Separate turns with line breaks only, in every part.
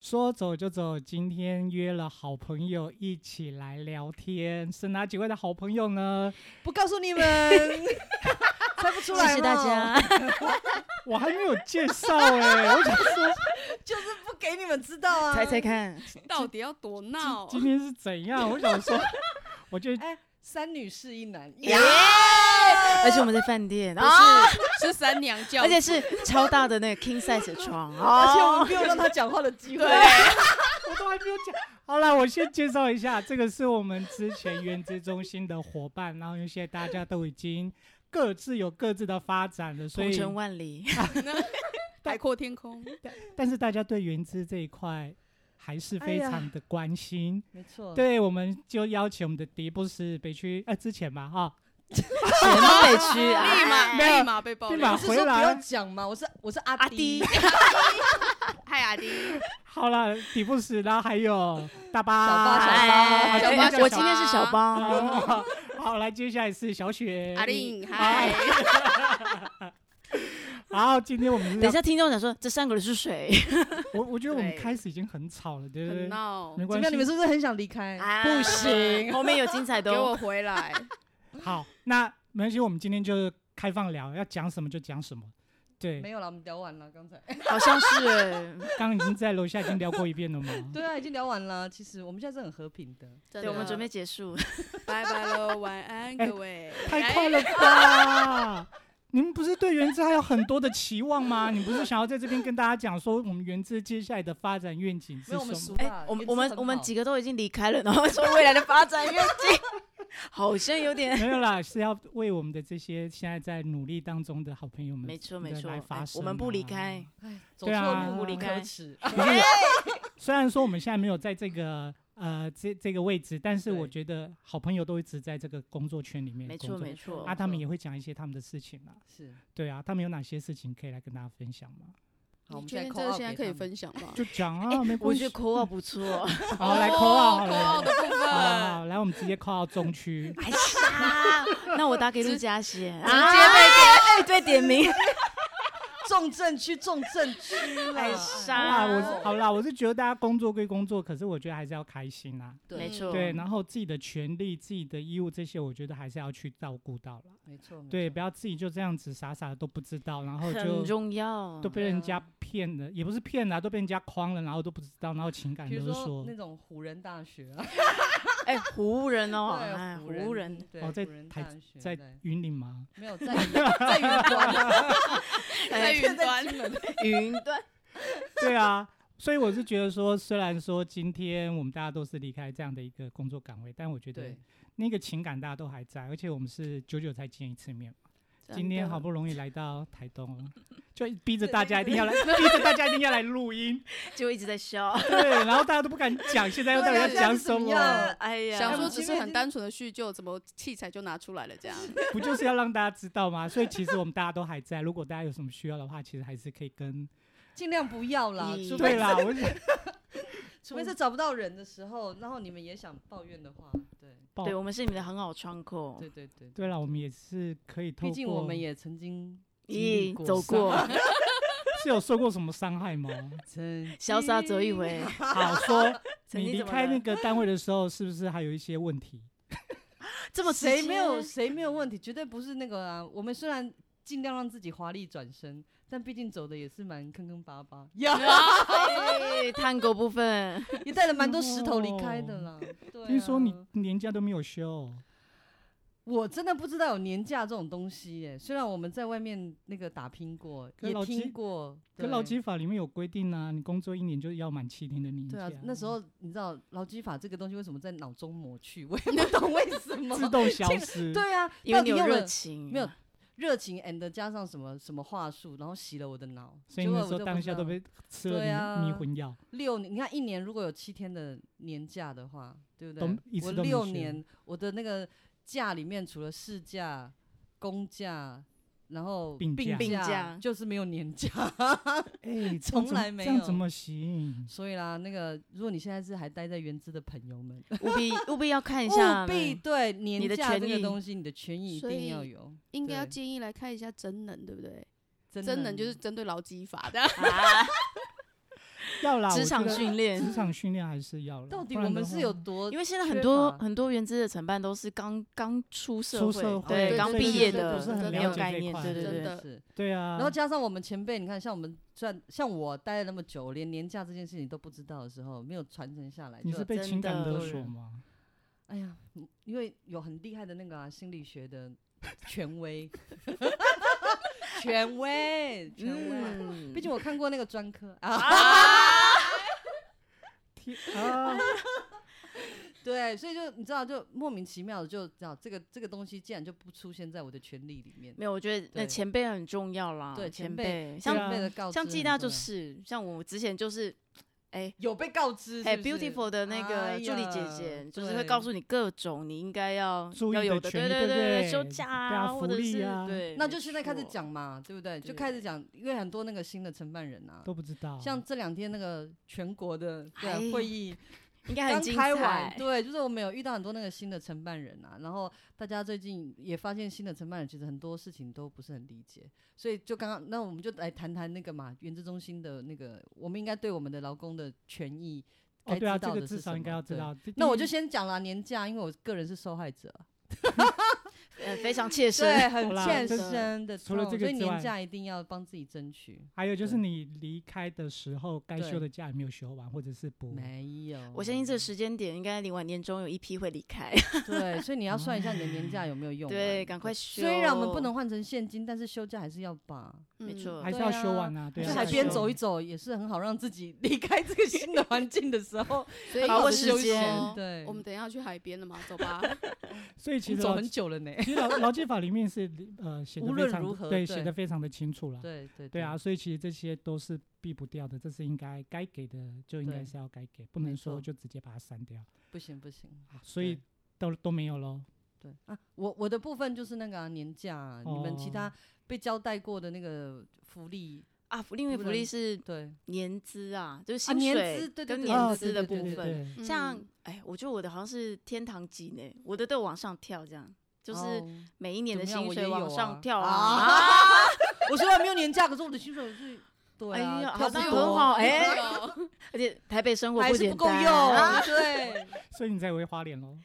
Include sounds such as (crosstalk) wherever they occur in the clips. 说走就走，今天约了好朋友一起来聊天，是哪几位的好朋友呢？
不告诉你们，猜不出
谢
来。
谢大，家。
我还没有介绍哎、我想说
就是不给你们知道啊。
(laughs) 猜猜看，
到底要多闹？
今天是怎样，我想说，我就
哎，三女是一男，
耶！而且我们在饭店，
不
啊，
是，是三娘教主，
而且是超大的那个 king size 的床啊，
(laughs) 而且我们没有让他讲话的机会
对。，
我都还没有讲。好了，我先介绍一下，这个是我们之前原知中心的伙伴，然后因为现在大家都已经各自有各自的发展了，所
鹏
以
程万里。
海阔天 (laughs) 空。
但是大家对原知这一块还是非常的关心。
没错，
对，我们就邀请我们的迪布斯北区，呃，之前嘛哈，
全北区 (laughs) 啊，
立马
没有
立马被爆
立马
不
料。
是说不要讲嘛，我是我是阿 (laughs)
阿迪，
嗨，阿迪，
好了，迪布斯，然后还有大
小
巴，
巴
哎
小包小包
我今天是小包，
(laughs) 好，好，来，接下来是小雪，
阿 (laughs) 令，嗨，
好，今天我们是
等一下听众想说这三个人是谁？
我我觉得我们
对
开始已经很吵了，对不
很
对？
闹
没，
怎
关
么样？你们
系。
是不是很想离开？
哎
不行， (laughs) 后面有精彩的
给我
哦。
回来。
好，那没关系，我们今天就开放聊，要讲什么就讲什么。对，
没有了，我们聊完了。刚才 (laughs)
好像是哎，
刚刚已经在楼下已经聊过一遍了嘛。
(laughs) 对啊，已经聊完了。其实我们现在是很和平的。啊
对
对，我们准备结束。
拜拜喽，晚安各位。
太快了吧！你们不是对原知还有很多的期望吗？你不是想要在这边跟大家讲说我们原知接下来的发展愿景是
没
什
有，我们
么？
熟
哎
了。，
我们
也是
我们
很
我们
好
几个都已经离开了，然后 (laughs) 说未来的发展愿景，好像有 (laughs) 点。
没有啦，是要为我们的这些现在在努力当中的好朋友们，
没错没
对
错
来发
哎
声
我们不离
啊 (laughs)
开。
哎走
对啊
错路
不
无
离
开
可耻。
不是虽然说我们现在没有在这个呃这这个位置，但是我
对
觉得好朋友都一直在这个工作圈里面
没
工
错
作。
没错
啊，他们也会讲一些他们的事情啦。
(laughs) 是。
对啊，他们有哪些事情可以来跟大家分享
(laughs)
吗？
好，我
你
们现
确
在 call
定这个
out
现在
给
可以
他们
分享吗？
就讲啊，没
我
关系
觉得。口号不错，
好，来
哦
call out 好
call
了。
out 的部
好了，
分，
好来，我们直接 call out 中区。
哎呀， (laughs) 那我打给陆嘉贤，
直接
被点，对点名，
重症区，重症区了。
哎
啊，
杀
我是好啦，我是觉得大家工作归工作，可是我觉得还是要开心啊啦。
对，
没错，
对，然后自己的权利、自己的义务这些，我觉得还是要去照顾到啦。
没错，
对，
没
不要自己就这样子傻傻的都不知道，然后
很
就
重要
都。被
对
人
啊
家骗了，也不是骗了，都被人家诓了，然后都不知道，然后情
错
感
比
勒
如说
索
那。种唬人大学啊，
哎，湖人哦，
(laughs) 对
哎，湖人，
对，
哦在
唬人
台
大学
在
对
云林吗？
没有在
(laughs)
云在云端，
哎在云端
在金门
(laughs) 云端，
对啊，所以我是觉得说，虽然说今天我们大家都是离开这样的一个工作岗位，但我觉得
对，
那个情感大家都还在，而且我们是久久才见一次面嘛。今天好不容易来到台
(laughs)
东了，就逼着大家一定要来，逼着大家一定要来录音。
就一直在笑。
(laughs) 对，然后大家都不敢讲，现在又到底要讲什
对啊
么？
哎呀，
想说只是很单纯的叙旧，怎么器材就拿出来了 (laughs) 这样？
(laughs) 不就是要让大家知道吗？所以其实我们大家都还在，如果大家有什么需要的话，其实还是可以跟。
尽量不要啦，
咦
除
对
非
啦，我是
除非是找不到人的时候，然后你们也想抱怨的话，对
抱
对我们是你们的很好窗口
对，对对，
对啦，我们也是可哦以透
毕
过。
竟我们也曾经
咦
经历，过
走过，
是有受过什么伤害
(laughs)
吗？
曾
潇洒走一回。
好说，
(laughs) 曾
你
经
离
怎么
开
了
那个单位的时候，是不是还有一些问题？
这么直
谁
接
没有谁没有问题，绝对不是那个啊。我们虽然尽量让自己华丽转身，但毕竟走的也是蛮坑坑巴 (laughs) 巴，
(laughs) 哎探狗部分，
也带了蛮多石头离开的啦。 (laughs) 对
哦
啊
听说你年假都没有休，哦
我真的不知道有年假这种东西耶。虽然我们在外面那个打拼过，
跟
也
劳基
听过，
可
对
劳基法里面有规定啊，你工作一年就要满七天的年假。
对啊，那时候你知道劳基法这个东西为什么在脑中抹去，我也不懂为什
(laughs)
么。
自动消
(laughs)
失。
对啊，
因为
到
你
底
有
用
热
了
情，
没
啊
有热情 and 加上什么什么话术，然后洗了我的脑，
所以
结
那
果
时
我
候
就
当
不
下
知
都
道
被吃了
对
迷、
啊
迷魂药，
六年，你看一年如果有七天的年假的话，对不
都
对？
一次
我
都没
六
休
年，我的那个假里面除了事假、公假，然后
病假
病
假
假，
就是没有年假。 (laughs)
哎、这样
从
怎么
来没
这样
有
怎么行？
所以啦，那个如果你现在是还待在原资的朋友们，
务必务必要看一下
务，必对年
你的
假
权
这个
益
东西，你的权益一
所
定要
以
有。
应该要
对
建议来看一下真人，对不对？
真
真
人
人就是针对劳基法的。
啊
要啦，
职
我觉
场
得
训练
职场训练还是要啦。
到底
不
我
然的
们
话
是有多？
因为现在很
缺
多
乏
很多原资的承办都是刚刚出社
出
会，
社会
对，
对
刚
所以
毕
是
业
真的
的，
不是很
没
了
有
解
概
这一
念，
块
对对
真
对。
的
是。
对啊，
然后加上我们前辈，你看像我们算像我待了那么久，连年假这件事情都不知道的时候，没有传承下来，
你
就是
被
真
情感
的
勒索吗？
哎呀，嗯因为有很厉害的那个、啊、心理学的权 (laughs) 威，权威，权威。
嗯
毕竟我看过那个专科啊，
天啊，
(laughs) 对，所以就你知道，就莫名其妙的就知道这个这个东西竟然就不出现在我的权利里面。
没有，我觉得那
对
前辈很重要啦。
对
前
前辈
像
对啊
被的告知
像
很
暨大就
重要
是，像我之前就是，哎
有被告知
哎
是不是
，beautiful 的
哎
那个助理姐
呀
姐，就是会
对
告诉你各种你应该要
注意
要
的
有的，
权
对
益对不
对
对
休假
对啊
或
福
者
利
是
啊
对，
那
没
就现在开始
错
讲嘛，对不对？就开始讲，因为很多那个新的承办人啊，
都不知道。
像这两天那个全国的对啊
哎
会议
应该
刚
很精
开完
彩，。
对，就是我们有遇到很多那个新的承办人啊，然后大家最近也发现新的承办人其实很多事情都不是很理解，所以就刚刚那我们就来谈谈那个嘛，原子中心的那个，我们应该对我们的劳工的权益
哦，
该
对啊，
知
这
道
个
的
至
是
少
什
应该
么
要知
对
道。
那我
第
就
一
先讲了年假，因为我个人是受害者，
呃，非
(laughs)
常切身。
对，
好
很
啦
欠
这
个
身的
除了
痛，
这
所
个
以
之外
年假一定要帮自己争取。
还有就是
对
你离开的时候，该休
对
的假有没有休完，或者是补。
没有，
我相信这个时间点应该领完年终有一批会离开，
对，所以你要算一下你的年假有没有
(laughs)
用完。
对，赶快休。
虽然我们不能换成现金，但是休假还是要把，
没
嗯
错
还是
对
要
啊
休完啊，对
去
啊，
是
海
要
边
休
走一走也是很好，让自己离开这个新的环境的时候，
所以
把
有
握
的
时
休息
间
哦
对
我们等一下去海边了嘛，走 (laughs) 吧。
所以其实
走
劳
很久了呢。
其实劳劳基法里面是呃写的
无
非
论
常
如何
对
对
写的非常的清楚了。
对对
对啊，，所以其实这些都是避不掉的，这是应该该给的就应该
对
是要该给，不
没
能说
错
就直接把它删掉
不行不行，
啊，所以
对
都都没有喽。
对啊，我我的部分就是那个啊、年假啊、你们其他
哦
被交代过的那个福利，
啊，福利因为
不
福利
能
是
对，
年资啊，就是
啊
薪
年
水
资对对
跟
哦
对
年
对
资的
对
部
对
分。
对，
像
嗯
哎，我觉得我的好像是天堂级呢，我的都往上跳，这样就是
哦
每一年的
怎么样
薪
我
水
也
往
有
上
啊
跳
啊 (laughs)
啊。
我虽然没有年假，可是我的薪水是，对
哎
啊，
呀啊
跳
那
不
很
多
好哎
哎呦，
而且台北生活
还是
简
不够
单
用 (laughs)
啊， (laughs)
对，
所以你才会花脸喽。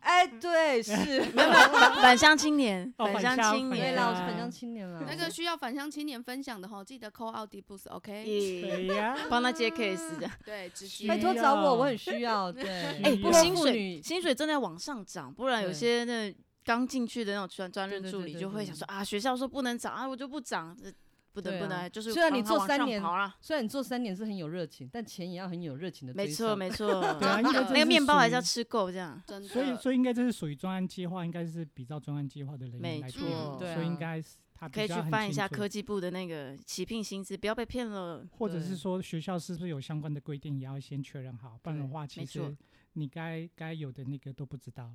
哎，对，是，
没有没有返返乡青年，
哦
返乡
返乡
青
对
年
(laughs)
啊
对啊
啦
啦，
我
我
是
是
返
返
乡
乡青年了。
那个需要返乡青年分享的哈，记得扣奥迪 bus，OK？
耶，
对呀，
(laughs) 帮他接 case 这样。
对，直
需
接。
拜托
要
找我，我很需
(laughs)
要。对，
哎
部
有
落
薪
妇
水
女
薪水正在往上涨，不然有
对
些那刚进去的那种专专
对
任
对
助
对
理
对
就会
对
想说啊，学校说不能涨啊，我就不涨，这不能
对
不
啊
能，就是
虽然你
帮他
做
往
三
上
年
跑啦，
虽然你做三年是很有热情，但钱也要很有热情的。
没错
(laughs)
没错，
对啊，应该这
那
那个
是
面包
属
还是要
于
吃够这样。
真的，
所以所以应该这是属于专案计划，应该是比照专案计划的人
没
员来做
错
的，
嗯
对
所以应
啊
该是他比
可以去
较很
翻一
清
下
楚
科技部的那个起聘薪资，不要被骗了。
或者是
对
说学校是不是有相关的规定，也要先确认好，不然的
对
话，其
没错
实你该该有的那个都不知道。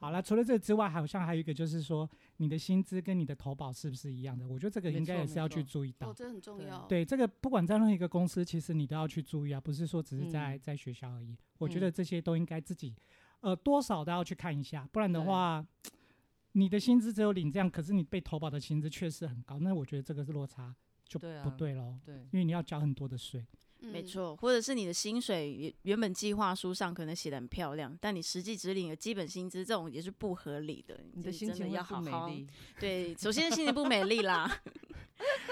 好了，除了这之外，好像还有一个就是说，你的薪资跟你的投保是不是一样的？我觉得这个
没
应该
错
也
没
是要去
错
注意到
哦，。这很重
对
要。
对，这个不管在任何一个公司，其实你都要去注意啊，不是说只是在、
嗯
在学校而已。我觉
嗯
得这些都应该自己，呃，多少都要去看一下，不然的
对
话，你的薪资只有领这样，可是你被投保的薪资确实很高，那我觉得这个是落差就
对
不
啊
对喽，
对
因为你要交很多的税。
嗯
没。错，或者是你的薪水原原本计划书上可能写的很漂亮，但你实际只领了基本薪资，这种也是不合理的。
你的
这
心
真
情
要
会
好
不美
好。
丽。
(laughs) 对，首先心情不美丽啦， (laughs)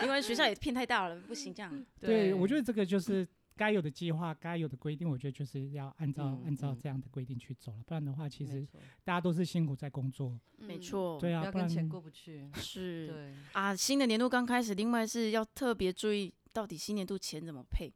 因为学校也骗太大了，不行这样。
对，我觉
得
得这个就是该有的计划，该有的规定，我觉得就是要按照、
嗯
按照
嗯
这样的规定去走了，不然的话，其实
不
大家都是辛苦在工作，
没
嗯，
错，
对啊，
要
不
跟
然
钱过哦不去。
是
对，
啊，新的年度刚开始，另外是要特别注意到底新年度钱怎么配。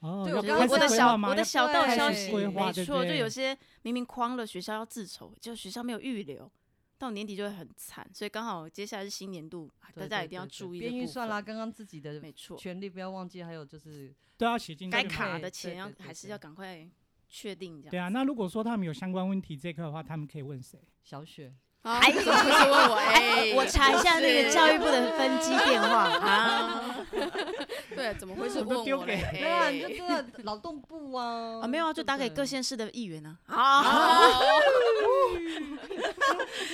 哦，
对
要
我刚
开
刚
我
始
我的
规
小
划吗
我的
要
小道
对
消
开始
息，
规
划
没
对不
错，就
对
有些明明框了学校要自筹，就学校没有预留，到年底就会很惨。所以刚好接下来是新年度，啊大
对
家
对
一定要
对对
注意的
编预
部
算
分。
啦，刚刚自己的
没错，
权利不要忘记，还有就是
都要写进
该
去嘛
卡
对对
的钱
对
要
对
还是
对
要赶快确定这样。
对啊，那如果说他们有相关问题这一块的话，他们可以问谁？
小雪，
哎，你怎么不是问我？
啊
(laughs)
哎，
我查一下那个
是
教育部的分机电话啊
对，怎么会是
我
问
都丢
我
给
嘞？
没有啊，你就
哎
真的劳动部啊。
啊没有啊，就
对不
打给
对
各县市的议员啊， (laughs) 啊，
哦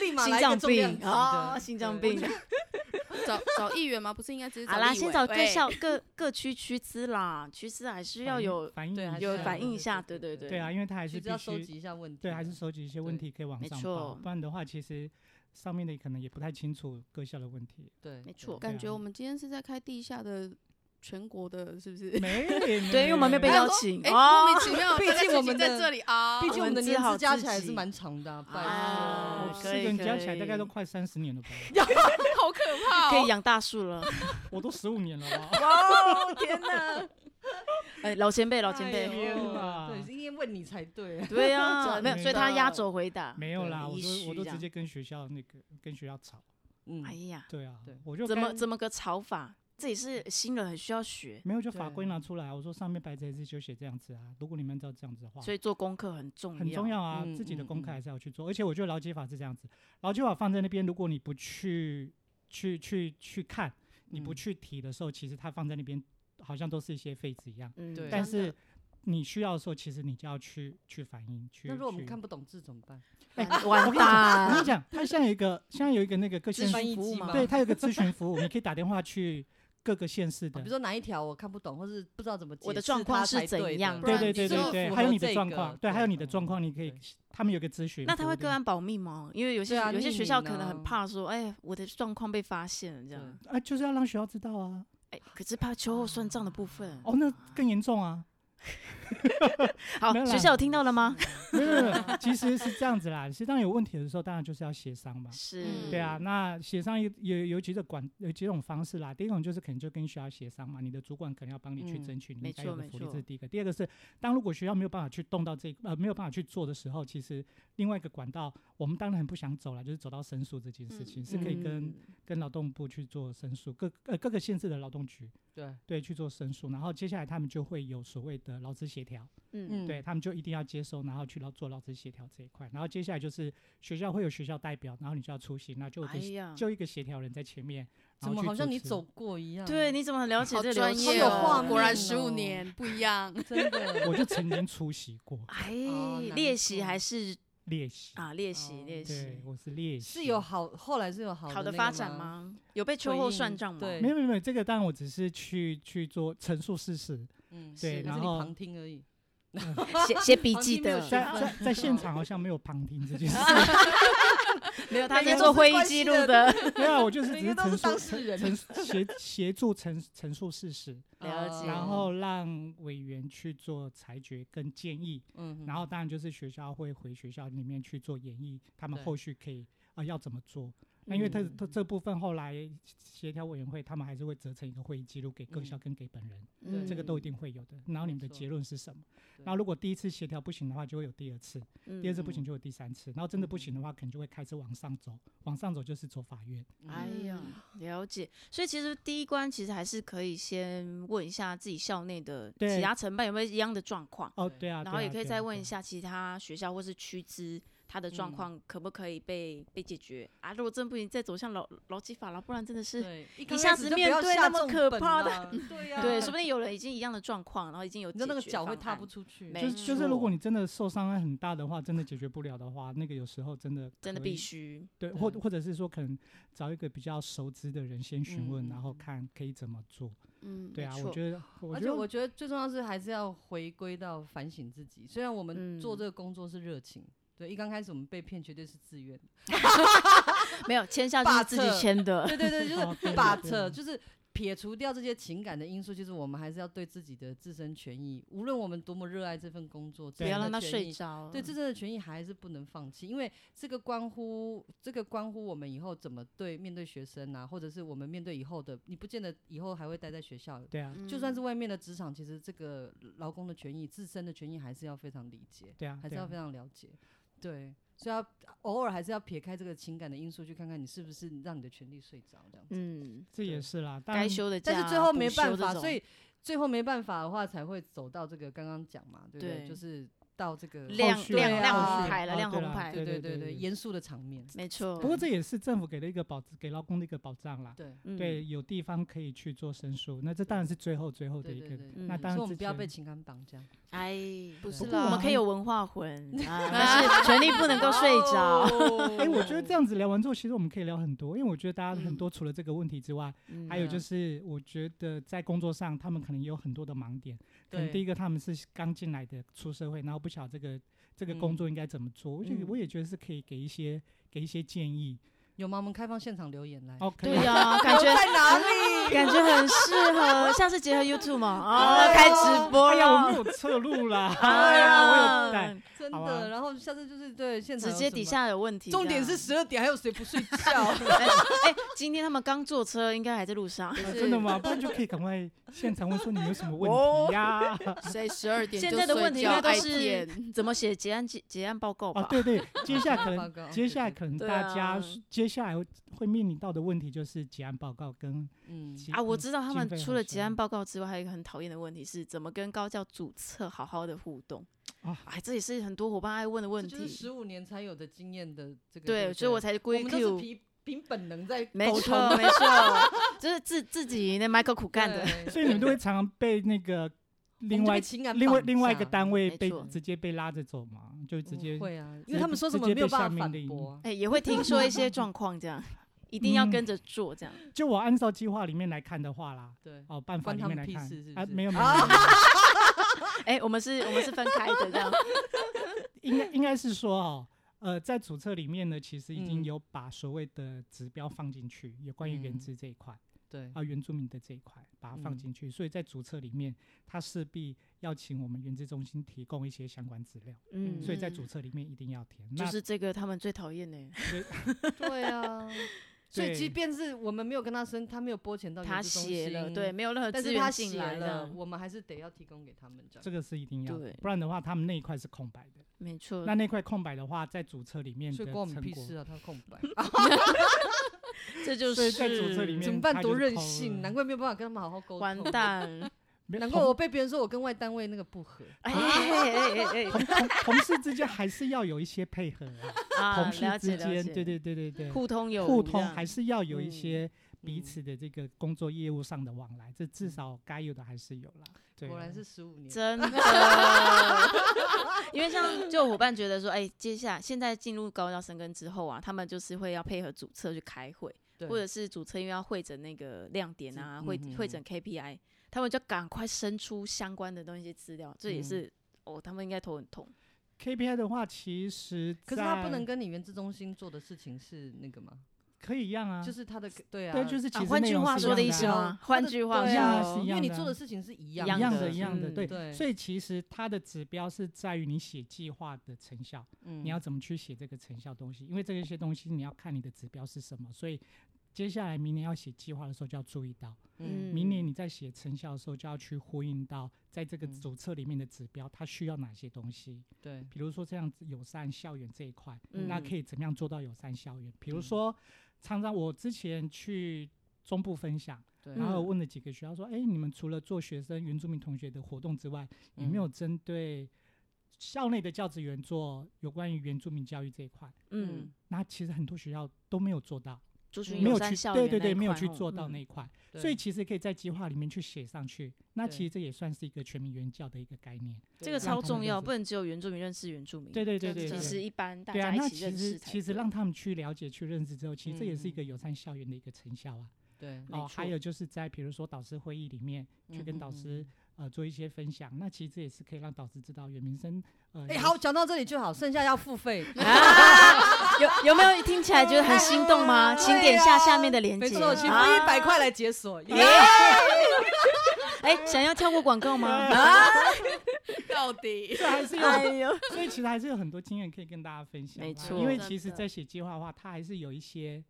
立马
心
来一
脏
个重量
病
级
啊
的
心脏
对
病
我觉
找找议员吗？不是应该直接
好
找
啦，
立
先
委
找各
喂
校各各区区资啦，区资还是
嗯
要有
反应
对
一
还是
嗯有
下
反应一下，对
对
对
对
对
对。
啊，，因为他还
其
是
实要
必
收
须
集一下问题啊，
对，还是收集一些问
对
题可以往
没
上
错
报，不然的话，其实上面的可能也不太清楚各校的问
(laughs)
题。
对，
没
对
错，
感
对
觉
啊
我们今天是在开地下的全国的，是不是？
没
对因为我们没被
我
邀
想说
请
哎，
哦
莫名其妙，
毕
大家
竟
聚
我
集
们
在
的
这里啊
毕，竟我
我
们
们
的
只
年
好
资加
自
起来是
己
蛮长的啊，拜
啊
四
托
可以
个人加起来
可
大概都
哦
以
快三十年
(laughs)
了吧？
好可怕
可以
哦！
养大树了。
我都十五年了吧？
哦，天
(laughs)
哪！哎，老前辈，老前
哎
辈，
呦
天哪
对，是因为问你才对啊，
对呀，
(laughs) 真
没有，所以他
的
压轴回答。
没有啦，我
一
都我都
虚这
直
样
接跟学校那个跟学校吵。
嗯，
哎呀，
对啊
对，
我就
怎么
跟
怎么个吵法？这也是新人很需要学，
没有就法规
对
拿出来，我说上面白纸黑字就写这样子啊。如果你们照这样子的话，
所以做功课很重要。
很重要啊，
嗯
自己的
嗯
功课
嗯
还是要去做。而且我觉得劳基法是这样子，劳基法放在那边，如果你不去去去去看，你不
嗯
去提的时候，其实它放在那边好像都是一些废纸一样。
嗯，
对
但
真的
是你需要的时候，其实你就要去去反应。去
那如果我们
去
看不懂字怎么办？
我
完
跟你讲，我跟 (laughs)
蛋
你。讲，它现在有一个现在有一个那个各县
咨
市
翻译
询服务
机
嘛，
吗啊
对，它有个咨询服务，你可以打电话去各个县市
啊
的
比如。说哪一条我看不懂，或是不知道怎么解释它才对的，
我的状况是怎样
不
对
然
对
你
对
就
对
是
对，
符
还有
合
你的
这
状
个
况，对，还有你的
嗯
状况，你可以
对，
他们有个咨询服务。
那他会
对
个案保密吗？因为有些
对啊
有些
匿
学校
名
可能
啊
很怕说，哎，我的状况被发现了这样。
啊，就是要让学校知道啊。
哎，可是怕秋后算账的部分。
哦，那更严重啊！
好
没有，啦
学校有听到
(laughs)
了吗？
(laughs) 没有没有没有，其实是这样子啦。其实当有问题的时候，当然就是要协商嘛。
嗯
是，
对啊，那协商有有有几种管有几种方式啦。第一种就是可能就跟学校协商嘛，你的主管可能要帮你去
嗯
争取你
没
应该有
错
的
没
福利，这
错
是第一个。第二个是，当如果学校没有办法去动到这呃没有办法去做的时候，其实另外一个管道，我们当然很不想走了，就是走到申诉这件事情，
嗯
是可以跟、
嗯
跟劳动部去做申诉，各呃各个县市的劳动局
对，
对去做申诉，然后接下来他们就会有所谓的劳资协调。
嗯，
嗯，
对他们就一定要接收，然后去到做劳资协调这一块。然后接下来就是学校会有学校代表，然后你就要出席，那就
嗯
有一
哎
个协、
呀，
就一个协调人在前面，然
怎
后
么
去
好像
主
你
持
走。过一样？
对，，你怎么很了解
好
这个流
专
程
业
有画
哦，
面
果然
哦
十五年不一样。
真的，
(laughs) 我就曾经出席过
哎
哦，难
练习
怪
还是
练习，
啊，练习
哦
练习
对，，我是练习。
是有好，后来是有好
好的
那个
发展？吗？有被秋
回
后
应
算账吗？
对
没有没有没有，这个当然我只是去去做陈述事实，
嗯，
对
是
然
还是
后
你旁
(laughs)
听而已。
写写笔
黄
记
金没有
的，
学
在
分
在在现场好像没有旁听这
(laughs)
件事，
没有，他
每
在
个
做
都是
会议
关
记
系
录
(laughs)
的
的。
没有，我就是只
每个
是
都是
陈述
当事人
陈协协助陈陈述事实，
了
哦
解
然后让委员去做裁决跟建议，
嗯哼，
然后当然就是学校会回学校里面去做演绎，他们
对
后续可以啊、要怎么做。那因为他
嗯
他这部分后来协调委员会，他们还是会责成一个会议记录给各校跟给本人，
对
这个都一
嗯
定会有的。然后你们的
没错
结论是什么？
对
然后如果第一次协调不行的话，就会有第二次；第二次不行
嗯
就有第三次。然后真的不行
嗯
的话，可能就会开始往上走，往上走就是走法院。
嗯
哎呀，了解。所以其实第一关其实还是可以先问一下自己校内的其
对
他承办有没有一样的状况，
哦，
对
对啊，
然后
对
也
啊
可以
对啊
再问一
对啊
下其他学校或是区支。他的状
嗯
况可不可以被被解决啊？如果真不行，再走向劳劳基法了，不然真的是
对，一
一
刚
下
开
子
始就
面
不要
对
下
那么
重
可
本
怕
(laughs)
的
啊，对呀，
对，说不定有人已经一样的状况，然后已经有
你知道
解
那个
决
脚会
方
踏
案
不出去，
没
啊就是就是，如
错
果你真的受伤害很大的话，真的解决不了的话，那个有时候真的
真的
可
必
以
须
对，
对
或或者是说可能找一个比较熟知的人先询问，
嗯
然后
嗯
看可以怎么做。
嗯，
对
没
啊，
错
我觉得，我觉
而且
得
我觉得最重要是还是要回归到反省自己。虽然我们做
嗯
这个工作是热情，对，一刚开始我们被骗绝对是自愿的。
没有签
(laughs)
下就是
霸
自己
策
签
(laughs)
的，
对对对，就
哦对
是
对
把
对
扯，就是撇除掉这些情感的因素，就是我们还是要对自己的自身权益，无论我们多么热爱这份工作，自
不
不
对
身
要
的
让他
权
睡
益
着。嗯
对自身的权益还是不能放弃，因为这个关乎这个关乎我们以后怎么对面对学生啊，或者是我们面对以后的，你不见得以后还会待在学校，
对啊，
就
嗯
嗯
算是外面的职场，其实这个劳工的权益、自身的权益还是要非常理解，
对啊，
还是
对
要
啊
非常了解，对，所以要偶尔还是要撇开这个情感的因素，去看看你是不是让你的权利睡着这样子。
嗯，
这也
对
是啦。
该
但
休的假，
但是最后
补
没
休
办
这
法，
种
所以最后没办法的话才会走到这个刚刚讲嘛，对不对？
对
就是到这个
亮
后续
亮
啊
亮
后
红
续
牌了，
哦
亮
对
红
啦
牌，
对对对
对
对
对
严肃的场面，
没错。
不过这也是政府给了一个保给劳工的一个保障啦。
对
嗯
对，有地方可以去做申诉，那这当然是最后最后的
对
一个
对。对。
那
嗯
当
所以
然
我
之
们不要被
前
情感绑架。
哎，
不
是
不
啦
过我们可以有文化魂啊，但是权力不能够睡着。
(laughs) 哎、我觉得
哦
这样子聊完之后，其实我们可以聊很多，因为我觉得大家
嗯
很多除了这个问题之外，
嗯
啊
还有就是我觉得在工作上，他们可能也有很多的盲点。可能
对
第一个他们是刚进来的出社会，然后不晓得这个这个工
嗯
作应该怎么做，我觉得
嗯
我也觉得是可以给一些给一些建议。
有吗？我们开放现场留言来。
哦，可以
对呀，感觉
在哪里？
感觉很适合，下
(laughs)
次结合 YouTube 嘛，啊，开直
哦
播
哎呀，我
了
没。有侧录
(laughs)
啦，哎呀，我有带。
真
好啊
的。然后下次就是对现场
直
有
接
什
底
么。
下有问题的啊。
重点是十二点还有谁不睡觉？
哎，哎今天他们刚坐车，应该还在路上。 (laughs)
啊 (laughs)
是
真
(laughs)
的吗？不然就可以赶快现场问说你有什么
哦
问题呀、
(laughs)
谁十二点
现
就
在的问题
睡觉
应该都
爱
是 (laughs)
舔
怎么写结案结结案报告
哦
吧，？
对对，接下来可
报
能
告
接
对
下来
对
可能
对
大家
啊
是接下来会会面临到的问题就是结案报告跟
嗯，
结
啊，我
嗯
知道他
经
们
费
除
核
了结案
算
报告之外，还有一个很讨厌的问题是怎么跟高教主策好好的互动。
啊
哎，这也是很多伙伴爱问的问
这就是
题。
十五年才有的经验的这个。
对，
不
所以我才
我
归
们都是
Q。
凭凭本能在
没
沟通
错，没错，就是自自己那埋口苦干的。
(laughs)
对
所以你
(laughs)
们都会常常被那个另
就
外
被情感
另外
绑
另外一
架
个单位
没
被
错
直接被拉着走嘛，就直
不
接
会啊，
直接
因为他
被
们说
直
什么
接
没有
被下
办法
命
反
令
驳啊。
哎，也会听说一些状况，这样一定要
嗯
跟着做，这样
就我按照计划里面来看的话啦，
对，
哦，办法
关
里
他
面
们
来
屁
看
事是不
啊，
(laughs) 是
没有没有没有，没有
哎，我们是，我们是分开的，这样
应该应该是说哦，呃，在主册里面呢，其实已经
嗯
有把所谓的指标放进去，有关于原
嗯
资这一块。 (laughs)
对，
啊原住民的这一块把它放
嗯
进去，所以在主册里面，它势必要请我们原资中心提供一些相关资料，
嗯，
所以在主
嗯
册里面一定要填。
就
那
是这个他们最讨厌的，
对啊。 (laughs) 所以即
对
便是我们没有跟他生，他没有拨钱到
他
原子中
写了，
心
对，，没有任何
但
资
是他
源进
写
来
了，
的，
我们还是得要提供给他们这
这
样。
个是一定要的
对，
不然的话，他们那一块是空白的。
没错。
那那块空白的话，在主册里面的
所以
成
呃关
果，
我们屁事啊！他空
(laughs)
白，啊
这就
所
是
以在主册里面
怎么办？
他就
多
是
任
抠了
性，难怪没有办法跟他们好好沟
完
通。
蛋。
没有
难怪
同
我被别人说我跟外单位那个不合。
哎哎哎哎哎
(laughs) 同同事之间还是要有一些配合啊，
(laughs)
啊，
同事
了
之
解
间
了，解，
对对对对对，
互通有无
互通
这样
还是要有一
嗯
些彼
嗯
此的这个工作业务上的往来，这至少该有的还是有啦。对
果然
啊
是十五年，(laughs)
真的， (laughs) 因为像就伙伴觉得说，哎，接下来现在进入高校生根之后啊，他们就是会要配合主策去开会，
对
或者是主策因为要会诊那个亮点啊，
嗯
会
嗯
会
嗯
诊 KPI，他们就赶快生出相关的东西资料，这也
嗯
是哦，他们应该头很痛。
KPI 的话，其实
可是他不
在
能跟你原自中心做的事情是那个吗？
可以一样啊，
就是他的对啊，
对，就是是其
啊
实
换
内
句
容
话
是一
说的
样
意思
啊
吗？换句话
对
啊
说，
一
因
样
为你
的
做
啊
的事情是一样
一样的，
嗯
一样的，对。
对，
所以其实它的指标是在于你写计划的成效，你
你
要怎么去写这个成效东西，因为这些东西你要看你的指标是什么，所以接下来明年要写计划的时候就要注意到，
嗯
明年你在写成效的时候就要去呼应到在这个
嗯
主册里面的指标，它需要哪些东西，
对
比如说这样子友善校园这一块，
嗯
那可以怎么样做到友善校园？比如
嗯
说，常常我之前去中部分享，
对，
然后
嗯
问了几个学校说：“哎、你们除了做学生原住民同学的活动之外，有
嗯
嗯
没有针对校内的教职员做有关于原住民教育这一块
嗯，？”
那其实很多学校都没有做到，
族群
嗯
没
友
有
善
去
校
对
园
对
那
对，
一
没有
块
去
哦
做到
嗯
那一块，
对
所以其实可以在计划里面去写上去。那其
对
实这也算是一个全民原教的一个概念。
这个
让
超
他们
重
认
要，
识
不能只有原住民认识原住民。
对对对
就
对，
是
对
其实一般大
对啊，
家一
那
起
其
认识
实
才
其实
对
让他们去了解、去认识之后，其实这也是一
嗯
个友善校园的一个成效啊。
对
没
哦，还
错嗯
有就是在比如说导师会议里面去跟导师呃做一些分享，那其实这也是可以让导师知道原民生呃
哎，
有
好，讲到这里就好，剩下要付
(laughs)
费。
啊，有有没有听起来觉得很心动吗？
对
请点下
啊
下面的链
没
接。
错，请付
啊
一百块来
(laughs)
解锁。耶 (laughs)
啊
哎，想要跳过广告吗？
到底。
这还是有，
哎呦，
(laughs)
所以其实还是有很多经验可以跟大家分享啦。
没错
因为
真
其实，
的
在写计划的话，它还是有一些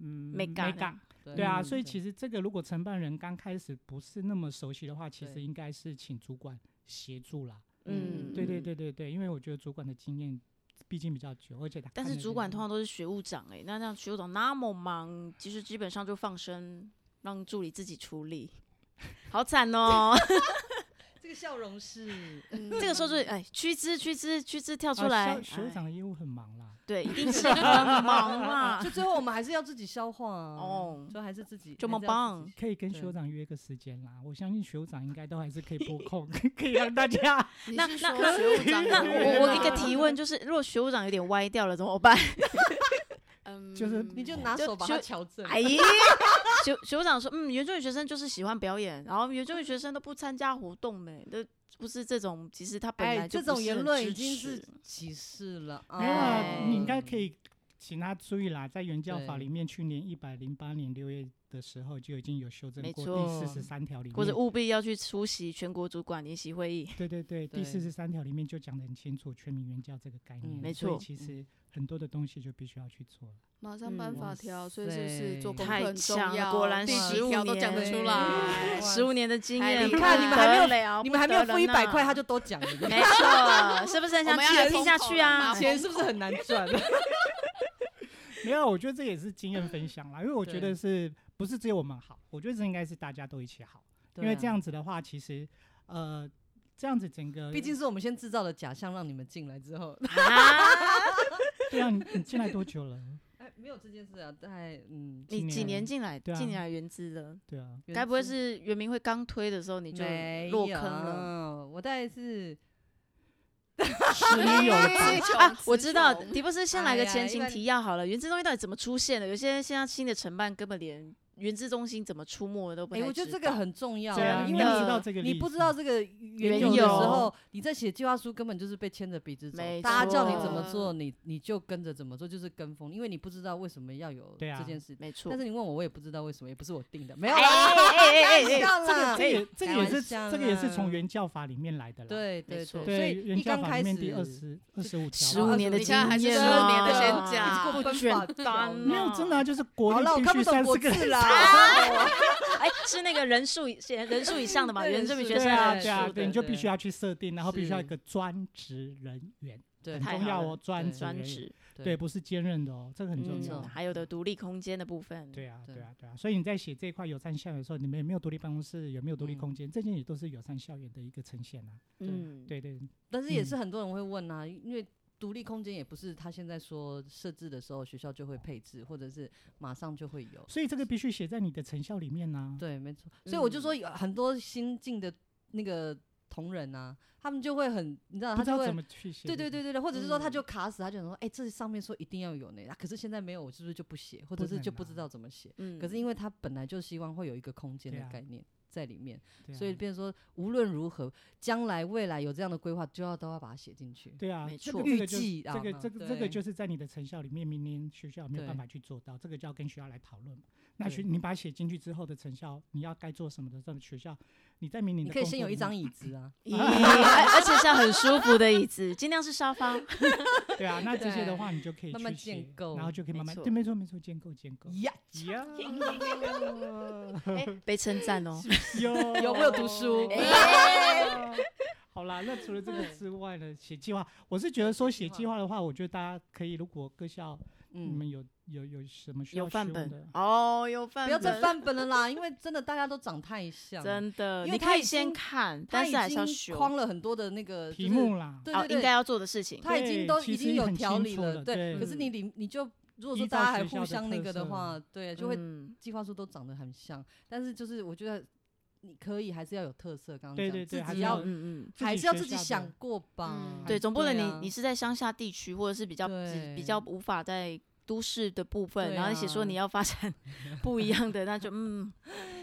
嗯
没
美
感
感，对啊，
嗯
所以
对
其实这个如果承办人刚开始不是那么熟悉的话，其实
对
应该是请主管协助啦。
嗯，
对对。对对对，因为我觉得主管的经验毕竟比较久，而且他
但
看
是
的
主
人
管通常都是学务长哎，那让学务长那么忙，其实基本上就放生，让助理自己处理。好惨哦！
这个笑容是
嗯
这个时候就是哎，须知须知须知跳出
啊
来，
校首
哎
长业务很忙啦。
对，一定是很忙啊啦
(laughs) 就。最后我们还是要自己消化啊，
哦
就还是自己
这么棒，
可以跟
对
学长约个时间啦，我相信学长应该都还是可以拨空， (laughs) 可以让大家
那
你是
那
说
那
学务长
那
的部
我
分
我一
吗
个提问就是，如果学务长有点歪掉了怎么办？
嗯
就是
还是要自己你就拿
就
手把
就
它矫正。
哎， (laughs) 学学长说，嗯，原住民学生就是喜欢表演，然后原住民学生都不参加活动没，都不是这种，其实他本来
哎，这
就不
种
是
言
很
论
支
已经
持
是歧视了啊！
没有啊，
哎
你应该可以请他注意啦，在原教法
对
里面，去年一百零八年六月的时候就已经有修正
没
过
错
第四十三条里面，
或者务必要去出席全国主管联席会议。
对对对，第
对
四十三条里面就讲得很清楚，全民原教这个概念，
嗯
没
所以
错
其
嗯
实很多的东西就必须要去做了。
马上
嗯
办
哇
法条，所以是不是做
塞
功
太
课很重
强了
要？
果然
第几
15
条都讲得
年
出
了
来。
哇
十五年的经验，
你看你们还
没有
不得了
你们还没有付一百块，他
就
就都讲
(laughs)
了，
(laughs) 没错，是不是很想
我们要
继
来
续听下去啊
疯？狂
(laughs) 钱是不是很难赚？ (laughs)
没有，我觉得这也是经验分享啦，因为我觉
对
得是不是只有我们好？我觉得这应该是大家都一起好， (laughs)
啊
因为这样子的话，其实呃，这样子整个
啊毕竟是我们先制造了假象，让你们进来之后，
啊，
对啊，你你进来多久了？
哎，没有这件事啊，大概嗯，
你几年进来？
对啊
进来原资的，
对啊，
原
该不会
资
是圆明会刚推的时候你就
没
落坑了？
有？我大概是
十年有
哎
之。
(laughs)
词
啊
穷，
我
词
知道，
穷
你不是先来个
哎呀
前
一
情
般
提要好了。原资中心到底怎么出现的？有些现在新的承办根本连原资中心怎么出没都不
哎，
太知道。
我觉得这个很重要
对啊，
啊，
你
因
要
为
真的
知道这个例子，
你不知道这个缘
缘
由的时
由
候，你在写计划书根本就是被牵着鼻子走
没，
大家叫你
错
怎么做，你你就跟着怎么做，就是跟风，因为你不知道为什么要有
对啊
这件事。
没错
但。是你问我，我也不知道为什么，也不是我定的，没
哎
有啦，(laughs)
哎哎哎哎，
笑啦
这个也这个
哎
也是
嗯开玩笑
这个也是从
啦
原教法里面来的啦。
对对
没错
对，
对，所以
原
一
教
刚
法
开
里
始
面第二十二十五条
十
吧
五
15
年的
你
经验
看还是
了
15年的先
啊
讲
一直过奔法
单
单
没有，真的、啊、就是国
好
力
哦了，我
必
看
须
不懂
三
国
四个
字
人。
(laughs)
啊
(laughs)
啦。
哎，是那个人数以人数以上的嘛？
(laughs) 对
原住民学
对
生
啊，
人
对啊，
数
对，
的
你就必须要去设定，然后必须要一
是
个专职人员，
对
很
太
重
好
要
了
哦，专职人
专
员，
职，
对，不是兼任的哦，这个很重
嗯
要
嗯，。还有的独立空间的部分，
对啊，对
对
啊，对啊，所以你在写这一块友善校园的时候，你们有没有独立办公室，有没有独立
嗯
空间，这些也都是友善校园的一个呈现啊。
嗯，
对对，
但是也是
嗯
很多人会问啊，因为独立空间也不是他现在说设置的时候学校就会配置，或者是马上就会有。
所以这个必须写在你的成效里面啊呐。
对，没错。所以我就
嗯
说，有很多新进的那个同仁啊，他们就会很，你知道，
不
他
知
就
道
会
怎，么去写。
对对对对对，或者是说他
嗯
就卡死，他就想说，哎、这上面说一定要有呢，啊可是现在没有，我是不是就不写，或
不
者是就
能
不知
啊
道怎么写？
嗯
可是因为他本来就希望会有一个空间
对
的
啊
概念在里面，
对啊，
所以变成说无论如何，将来未来有这样的规划，就要都要把它写进去。
对啊
没，
这个
错
这
预
个就
计
这个
啊
这个这个
对
就是在你的成效里面，明年学校有没有办
对
法去做到，这个就要跟学校来讨论嘛。那
对
学你把它写进去之后的成效，你要该做什么的，这个学校你在明年
你
的
可以
工
先
作
有
里
一张
面，
椅子
(laughs)
啊，
咦而而且是要很舒服的椅子，尽量是沙发，
对啊，那这些的话你就可以
慢慢
去写
建构
然后就可以
没
慢慢
错
对，没错没错，建构建构。
呀，
呀
哎，被称
(laughs)
赞哦。
有
(laughs) 有没有
(laughs)
读书哎
哎好啦，那除了这个之外呢，写计划，我是觉得说写
写计
计划的话，我觉得大家可以，如果各校你
(laughs) 嗯
们，有有有什么需要
有范
使用的
本，哦，有范
不要再翻本了啦，因为真的大家都长太像了，
真的，
因为
你
他
可以
已
先
经
看，
他
但
已
是还是要
经
修。
框了很多的那个
题，目啦，
就是
哦，
对对
应该
对，
要做的事情，
他已
对
经都
其
已经
实
有
很
条
清
理
楚
了，
了
对。
对
可是你里你就如果
依
说
照
大家还
学校
互
的
相
特
那个的
色
话，对，就会
嗯
计划书都长得很像，但是就是我觉得你可以还是要有特色，刚刚
对
讲
对对还
自
是
己
要
要
嗯嗯嗯，
还是要自己想
过。
过吧
嗯，
对，总不能你、
啊
哦
你是在乡下地区，或者是比较只
对
比较无法在都市的部分，
对
然后你写说
啊
你要发展
(laughs)
不一样的，那就嗯，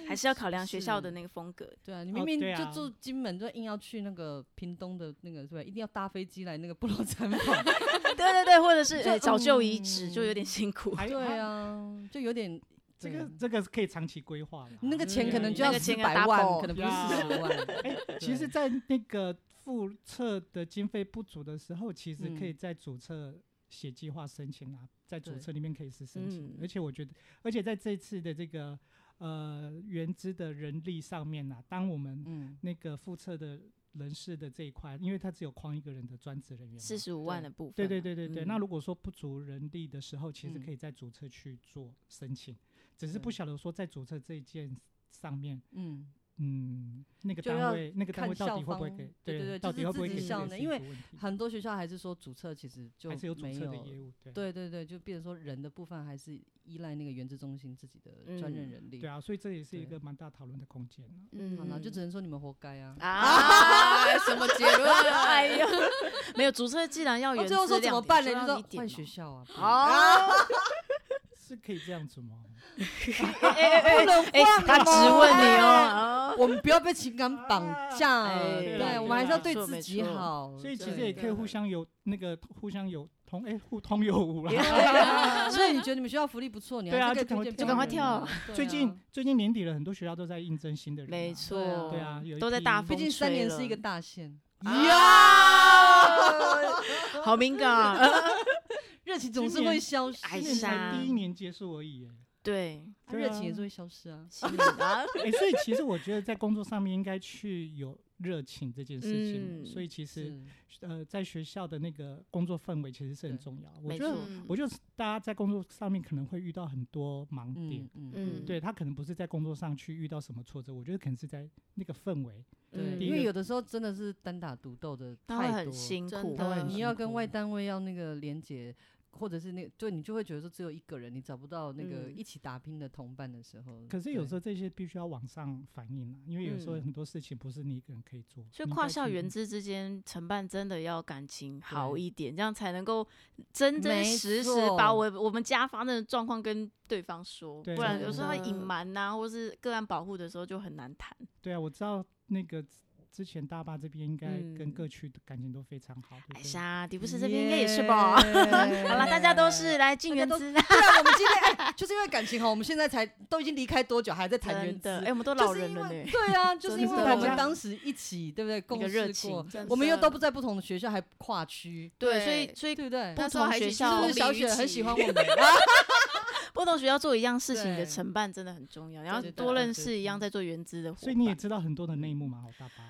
还是要考量学校的
是
那个风格。 (laughs)
对啊，你
哦
明明
对啊
就住金门，就硬要去那个屏东的那个，对吧？一定要搭飞机来那个布
(laughs)
洛参
哎
访，
啊
对对对，或者是
就
呃早就遗址就有
嗯
点辛苦。
还
对，啊，就有点
这个
对
这个是可以长期规划啦。
你那个钱可能就
嗯
那
要
个
(laughs)
几
钱
百
要
万
double，
可能不
呀
是四
(laughs)
十万。
哎，其实，在那个复测的经费不足的时候，其实可以在主测写计划申请啊，在主
嗯对
测里面可以是申请
嗯。
而且我觉得，而且在这次的这个呃原资的人力上面呐、当我们
嗯，
那个复测的人事的这一块，因为它只有框一个人的专职人员嘛，
四十五万的部分，啊
对对，对对对，那
嗯
如果说不足人力的时候，其实可以在主测去做申请，只是不
对
晓得说在主测这一件上面，
嗯，
嗯，那个
就
单
要
位那个单
看
位到底
校
会不会
方
可以？
对对对
到
就是
底会不
自
会
己
可以？
校内因为
还
很多学校还是说主测其实就
还是有主
没
策的
有，
业务，对
对对对，就变成说人的部分还是依赖那个原子中心自己的专任
嗯
人力。
对啊，所以这也是一
对
个蛮大讨论的空间啊
嗯
好了，就只能说你们活该啊。 (laughs)
啊，什么结论？
哎呦， (laughs) 没有主车既然要
我
原
哦最后
汁
说怎
亮
么
点
办呢？就
就要
说
一点
换
嘛
学校啊。 (laughs)
哦，
是可以这样子吗？
(laughs) 不能
哎
换
他
吗
质问你
哎 (laughs)
哦，
我们不要被情感绑架，
哎
对
啊对
啦
我们还是要对
对啦
自
没错
己
没错
好。
所以其
哦对
实
(laughs)
也可以互
对
相有那个互相有同哎互通有无啦。
(laughs) 啊所以你觉得你们学校福利不错，你
对啊
还是可
就
以
赶快
推荐
就
赶快
别人啊
跳。
对啊
最近最近年底了，很多学校都在应征新的人啊。
没错，
对啊，有一
都在
批
大
毕
风
竟三
吹
年
了
是一个大限，啊
呀，好敏 (laughs) 感啊，
(laughs) 热情总是
今年
会消失， (laughs)
哎
今年才
呀是啊
第一年结束而已耶。 (laughs)
对，
啊
对
热
啊
情也是会消失啊。
是 (laughs) 啊
哎、所以其实我觉得在工作上面应该去有热情这件事情。
嗯
所以其实
是，
呃，在学校的那个工作氛围其实是很
对
重要。我
没
觉得
错，
嗯
我觉得大家在工作上面可能会遇到很多盲点。
嗯嗯
嗯
对他可能不是在工作上去遇到什么挫折，我觉得可能是在那个氛围，
对，
第一
因
个
为有的时候真的是单打独斗的
嗯他会
太
很
多，
辛
真
苦，啊
的
他会很
你
辛
要
苦啊
跟外单位要那个连接，或者是那对你就会觉得说只有一个人，你找不到那个
嗯
一起打拼的同伴的时候。
可是有时
候
候这些必须要往上反映啊，因为有时候
嗯
很多事情不是你一个人可以做。
所以
你
跨
在
校
群
园
中
之之间承办真的要感情好
对
一点，这样才能够真真
没
实实
错
把我我们家发生的状况跟对方说，
对
不然
真
有时候他
的
隐瞒呐，或是个案保护的时候就很难谈。
对啊，我知道那个之之前大坝这边应该跟
嗯哎
各区的感情都非常好，对不
艾
对？
莎，迪布斯这边应该也是吧？ (laughs) 好
好
啦，大家都是来进
大家
原
都
资，
对啊，我们今天、哎，就是因为感情好，我们现在才都已经离开多久，还在谈原
真
资
的，？哎，我们都
就是
老人
因
了
为
呢，
对啊，就是因为
真
我
的
们
大家
当时一起，对不对？
一
共
个热
事
情
过，，
真
我们又
的
都不在不同的学校，还跨区，
对，所以
对
所以
对不对？
不
那时候
同
还
学
一起
是
校
不
同
是
理
小
于
雪很
己
喜欢我们？ (laughs)
不同学校做一样事情，你
对
的承办真的很重要，然后
对
多
对
认
对
识一样
对
在做原资的伙伴。
所以你也知道很多的内幕嘛，好哦大坝。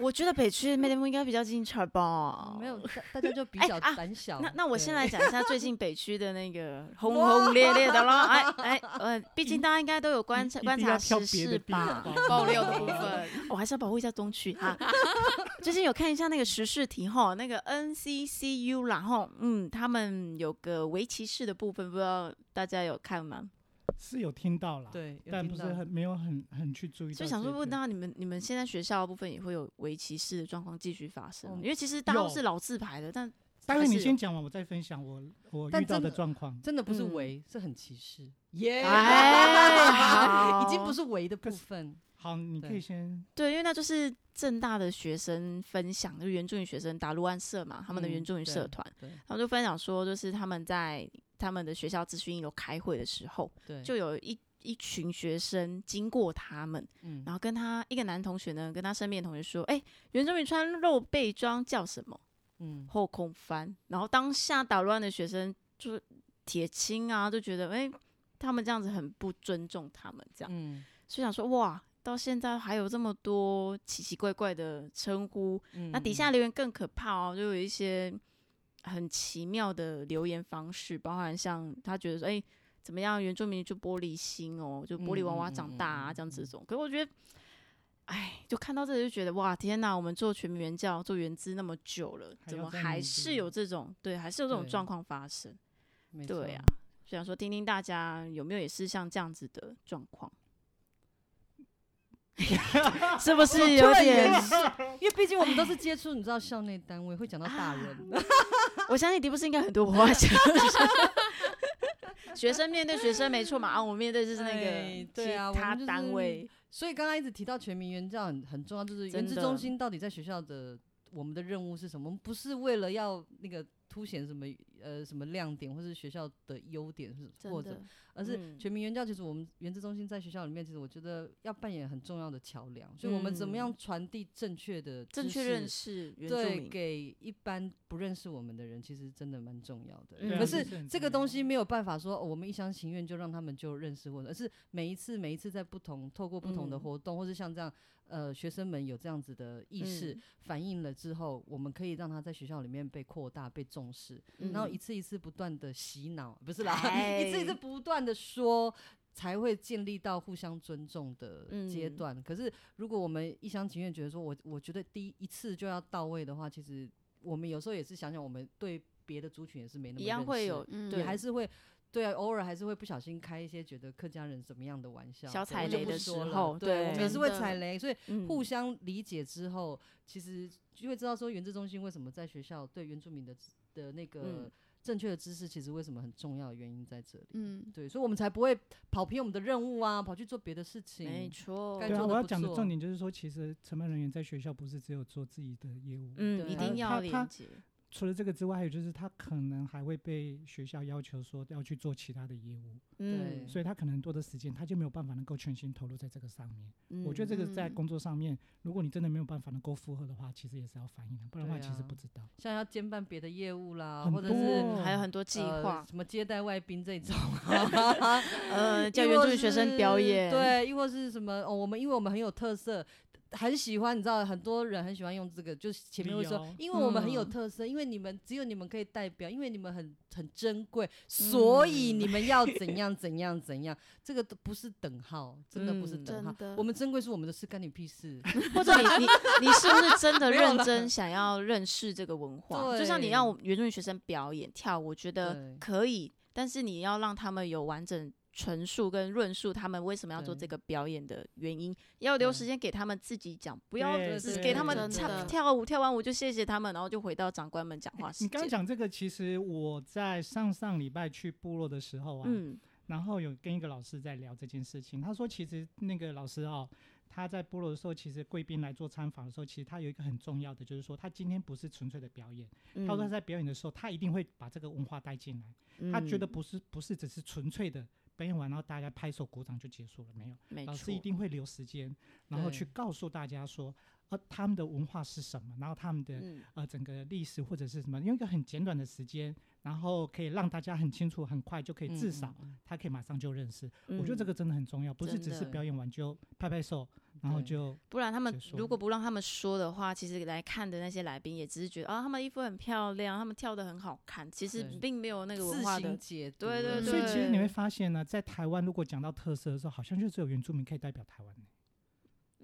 我觉得北区的 m e d 应该比较精彩吧？
没有，大大家就比
哎
较
啊
胆小。
那那我
对
先来
(laughs)
讲一下
(laughs)
最近北区的那个轰轰烈烈的啦，哎哎呃，毕竟大家应该都有观
一
察
一
观
定要
察
挑
时
别的
事
地方
吧。
(laughs)
爆料的部，分，
我还是要保护一下东区哈。 (laughs) 最近有看一下那个时事题哈，那个 NCCU 然后嗯，他们有个围棋式的部分，不知道大家有看吗？
是有听到啦，，
对，有
但
听
不是
到
很没有很很去注意到这
所
一个。
以想说问到你们，你们现在学校的部分也会有围棋式的状况继续发生吗，
嗯
因为其实大家都
哦有
是老字牌的，但
待会
还
你
是
先
有
讲完，我再分享我我
但
遇到
真
的
的
状况。
真的不是
嗯
围，是很歧视，耶，
哎
已经
好
不是围的部分。
好，你可
对
以先
(laughs) 对，因为那就是正大的学生分享，就原住民学生打陆安社嘛，他们的
嗯
原住民社
对
团，
对 (laughs)
他们就分享说，就是他们在他们的学校咨询一楼开会的时候，
对，
就有一一群学生经过他们，
嗯
然后跟他一个男同学呢，跟他身边的同学说，哎、原住民穿露背装叫什么？
嗯，
后空翻，然后当下打乱的学生就是铁青啊，就觉得哎、他们这样子很不尊重他们这样。
嗯
所以想说哇，到现在还有这么多奇奇怪怪的称呼，
嗯
那底下留言更可怕哦，就有一些很奇妙的留言方式，包含像他觉得说，哎、怎么样，原住民就玻璃心哦，就玻璃娃娃长大
嗯嗯嗯
啊，
嗯嗯
这样子这种。可是我觉得，哎，就看到这里就觉得哇，天哪，我们做全民原教、做原资那么久了，
还
怎
要
么
再
还
努
是
力
有这种对，还是有这种
对
状况发生？
没错
对啊，所以想说听听大家有没有也是像这样子的状况。是不是有点？
因为毕竟我们都是接触，你知道校内单位会讲到大人，
我相信迪布斯应该很多不话讲。学生面对学生没错嘛，啊，我面对就是那
哎
个
对啊
其他
我们就是
单位，
所以刚刚一直提到全民原教很很重要，就是原
真
子
的
中心到底在学校的我们的任务是什么？我们不是为了要那个凸显什么呃什么亮点，或是学校的优点，是或
真
者
的，
而是
嗯
全民原教，其实我们原子中心在学校里面，其实我觉得要扮演很重要的桥梁，所以我们怎么样传递正确的知
嗯正确
识
认识原住
对，
民，
给一般不认识我们的人，其实真的蛮重要的。
嗯
可
对啊
是
这是很
这
重
个
要
东西没有办法说、哦我们一厢情愿就让他们就认识或者，而是每一次每一次在不同透过不同的
嗯
活动，或是像这样，呃，学生们有这样子的意识、
嗯
反映了之后，我们可以让他在学校里面被扩大、被重视，然后
嗯
一次一次不断的洗脑，不是啦， (laughs)
哎
一次一次不断的说。才会建立到互相尊重的阶
嗯
段。可是如果我们一厢情愿觉得说我我觉得第一次就要到位的话，其实我们有时候也是想想我们对别的族群也是没那么
一样
认
会
识
有
嗯
也
对
还是会。对啊，偶尔还是会不小心开一些觉得客家人怎么样的玩笑，
小
我
踩
就
雷
不
的
说
时
了
候
对，我
对
们也是会
真的
踩雷，所以互
嗯
相理解之后，其实就会知道说原子中心为什么在学校对原住民的知的那个
嗯
正确的知识，其实为什么很重要的原因在这里。
嗯，
对，所以我们才不会跑偏我们的任务啊，跑去做别的事
没
情。
错，
该
对啊，
做
我
的
要
不
讲的
做
重点就是说，其实承办人员在学校不是只有做自己的业务，
嗯，
对
一
他
定要
他他
连接，
除了这个之外，还有就是他可能还会被学校要求说要去做其他的业务，
嗯，
所以他可能很多的时间他就没有办法能够全心投入在这个上面。我觉得这个在
嗯
工作上面，如果你真的没有办法能够负荷的话，其实也是要反映的，不然的话
对
其实
啊
不知道。
像要兼办别的业务啦，
很
或者是
多
嗯还有很多计
呃
划，
什么接待外宾这种
(laughs)
啊， (laughs)
呃，叫
亦
原
或
住民学生表
是
演，，
对，亦或是什么哦，我们因为我们很有特色。很喜欢，你知道，很多人很喜欢用这个，就是前面会
理由
说，因为我们很有
嗯
特色，因为你们只有你们可以代表，因为你们很很珍
嗯
贵，所以你们要怎样怎样怎样，这个都不是等号，真的不是
嗯
等号
真，的
我们珍贵是我们的事，干你屁事。
或者你你你是不是
(laughs)
真的
没有
认
啦
真想要认识这个文化？就像你
对
让我原住民学生表演跳，我觉得
对
(laughs)
可以，但是你要让他们有完整陈述跟论述他们为什么要做这
对
个表演的原因，要留时
对
间给他们自己讲，不要
对
只
对
给他们
真
跳
的
跳个舞，跳完舞就谢谢他们，然后就回到长官们讲话
哎
时
你刚刚
间。
讲这个，其实我在上上礼拜去部落的时候啊，
嗯，
然后有跟一个老师在聊这件事情，他说其实那个老师哦，他在菠萝的时候，其实贵宾来做参访的时候，其实他有一个很重要的，就是说他今天不是纯粹的表演，他说他
嗯
在表演的时候，他一定会把这个文化带进来，他
嗯
觉得不是不是只是纯粹的。表演完，然后大家拍手鼓掌就结束了，没有？
没
老
错
师一，定会留时间，然后去
对
告诉大家说，呃，他们的文化是什么，然后他们的
嗯
呃整个历史或者是什么，用一个很简短的时间，然后可以让大家很清楚、很快就可以，至少
嗯
他可以马上就认识。我觉得这
嗯
个真的很重要，不是只
真
是
的
表演完就拍拍手，然后
对
就
不然他们
结束
如果不让他们说的话，其实来看的那些来宾也只是觉得啊，他们衣服很漂亮，他们跳的很好看，其实
对
并没有那个文
自
化
行
的。
解读
对
了，
对
所以其实你
对
会发现呢，在台湾如果讲到特色的时候，好像就只有原住民可以代表台湾。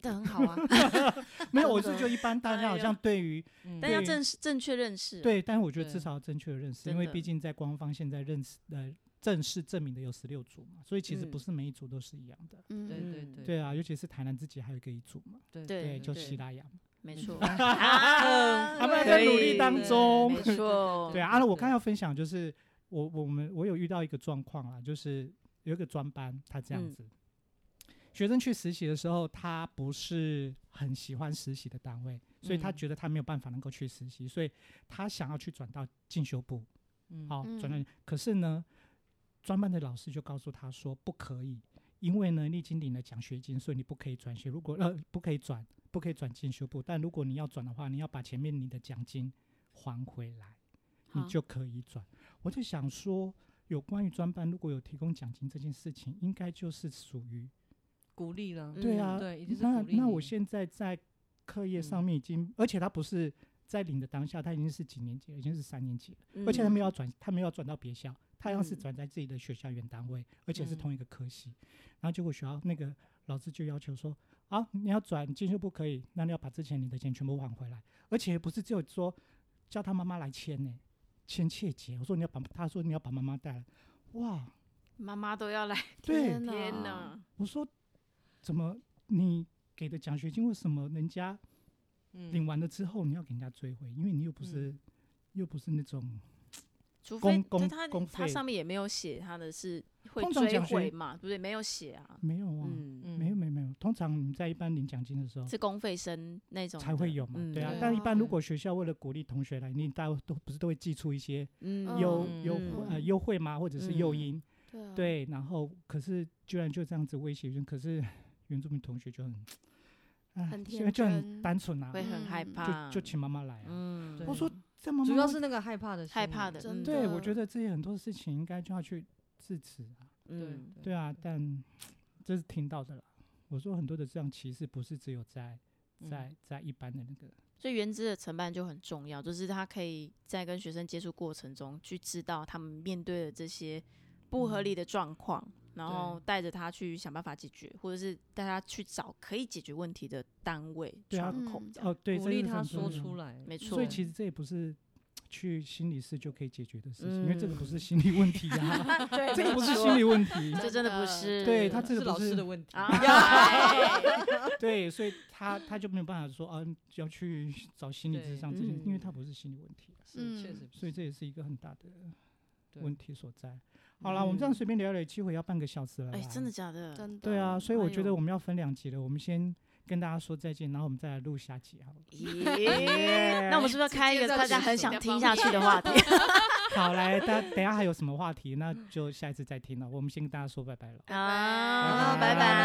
这很好啊，
没有，
真
我
(laughs)
是
的
觉得一般大家
哎
好
呀
像对于
嗯
但要
对 (laughs)
正视正确认识啊。
对，但我觉得
对
至少要正确的认识，
真
因为
的
毕竟在官方现在认识呃正式证明的有十六组嘛，所以其实不
嗯
是每一组都是一样的。
嗯
对对
嗯
对
对啊，尤其是台南自己还有一个一组嘛，
对
对
对，就
对
希拉雅嘛。
没
嗯
错。
(laughs)
啊
他们还
在
对
努力当
对
中
(laughs)
没
没
错
错
(laughs) 对啊，啊我刚要分享就是我我们我有遇到一个状况啊，就是有一个专班，他这样
嗯
子，学生去实习的时候，他不是很喜欢实习的单位，所以他
嗯
觉得他没有办法能够去实习，所以他想要去转到进修部，
嗯
好、转到，可是呢，专班的老师就告诉他说不可以，因为呢你已经领了奖学金，所以你不可以转学，如果呃不可以转，不可以转进修部，但如果你要转的话，你要把前面你的奖金还回来。你
好
就可以转。我就想说，有关于专班如果有提供奖金这件事情，应该就是属于
鼓励了，
对
嗯
啊。
对，已经是
那
鼓励
那我
你
现在在课业上
嗯
面已经，而且他不是在领的当下，他已经是几年级了，已经是三年级了，而且他
嗯
没有要转，他没有要转到别校，他要是
嗯
转在自己的学校原单位，而且是
嗯
同一个科系。然后结果学校那个老师就要求说。啊，你要转进修部可以，那你要把之前你的钱全部还回来，而且不是只有说叫他妈妈来签呢、签切结。我说你要把，他说你要把妈妈带来，哇，
妈妈都要来，
(laughs) 对，
天
天
哪，
哪！
我说怎么你给的奖学金为什么人家领
嗯，
完了之后你要给人家追回？因为你又不是、又不是那种，
除非
公
但
公
他
公
他
费
上面也没有写他的是会
通常
追
奖学
回嘛，对不对？没有写啊，
没有啊，
嗯，
没有没有没有。通常你在一般领奖金的时候。
是公费生那种
才会
的
有嘛，
嗯
对啊。
对
但一
啊
般如果学校为了鼓励同学来，你大家都不是都会寄出一些
嗯
优
嗯
优
嗯
呃优惠嘛，或者是诱
嗯
因，
对啊，
对，然后可是居然就这样子威胁人，可是原住民同学就很，哎，
很
现在就很
天
单纯啊，
会很害
嗯就
怕，
就就请妈妈来啊。
嗯，
对
我说这妈妈
主要
会
是那个害怕的心理，
害怕的，嗯
真
对，我
的
觉得这些很多事情应该就要去制止啊。
嗯，
对啊，但 (sniffs) 这是听到的啦。我说很多的这样歧视不是只有在
嗯
嗯
在在一般的那个，
所以原知的承办就很重要，就是他可以在跟学生接触过程中去知道他们面对的这些不合理的状况，然后带着他去想办法解决，或者是带他去找可以解决问题的单位
对啊
窗口
嗯
这样。
哦，对，
鼓
这
励
是
他
很
说
重要
出来，
没错
所以
(laughs)
其实这也不是去心理室就可以解决的事情，因为这个不是
嗯
心理问题
(laughs)
呀、
对
啊这个不是
没错
心理问题，
(laughs) 这真的不是，
对他这
是
个
老
不
师
是
的问
(laughs)
题。
啊，
对，所以他他就没有办法说啊，要去找心理
对
智商这件事，因为他
嗯
不是心理问题啊，
(laughs) 是，确实不是，
所以这也是一个很大的
对
问题所在。好啦，我们这样
嗯
随便聊一聊，几乎也要半个小时了啦。
哎，真的假的？
真的
对啊，所以我觉
哎呦
得我们要分两集了，我们先跟大家说再见，然后我们再来录下集好了。
咦，那我们是不是要开一个大家很想听下去的话题？
好，来，大家等一下还有什么话题，那就下一次再听了。我们先跟大家说拜拜了。
啊，
拜拜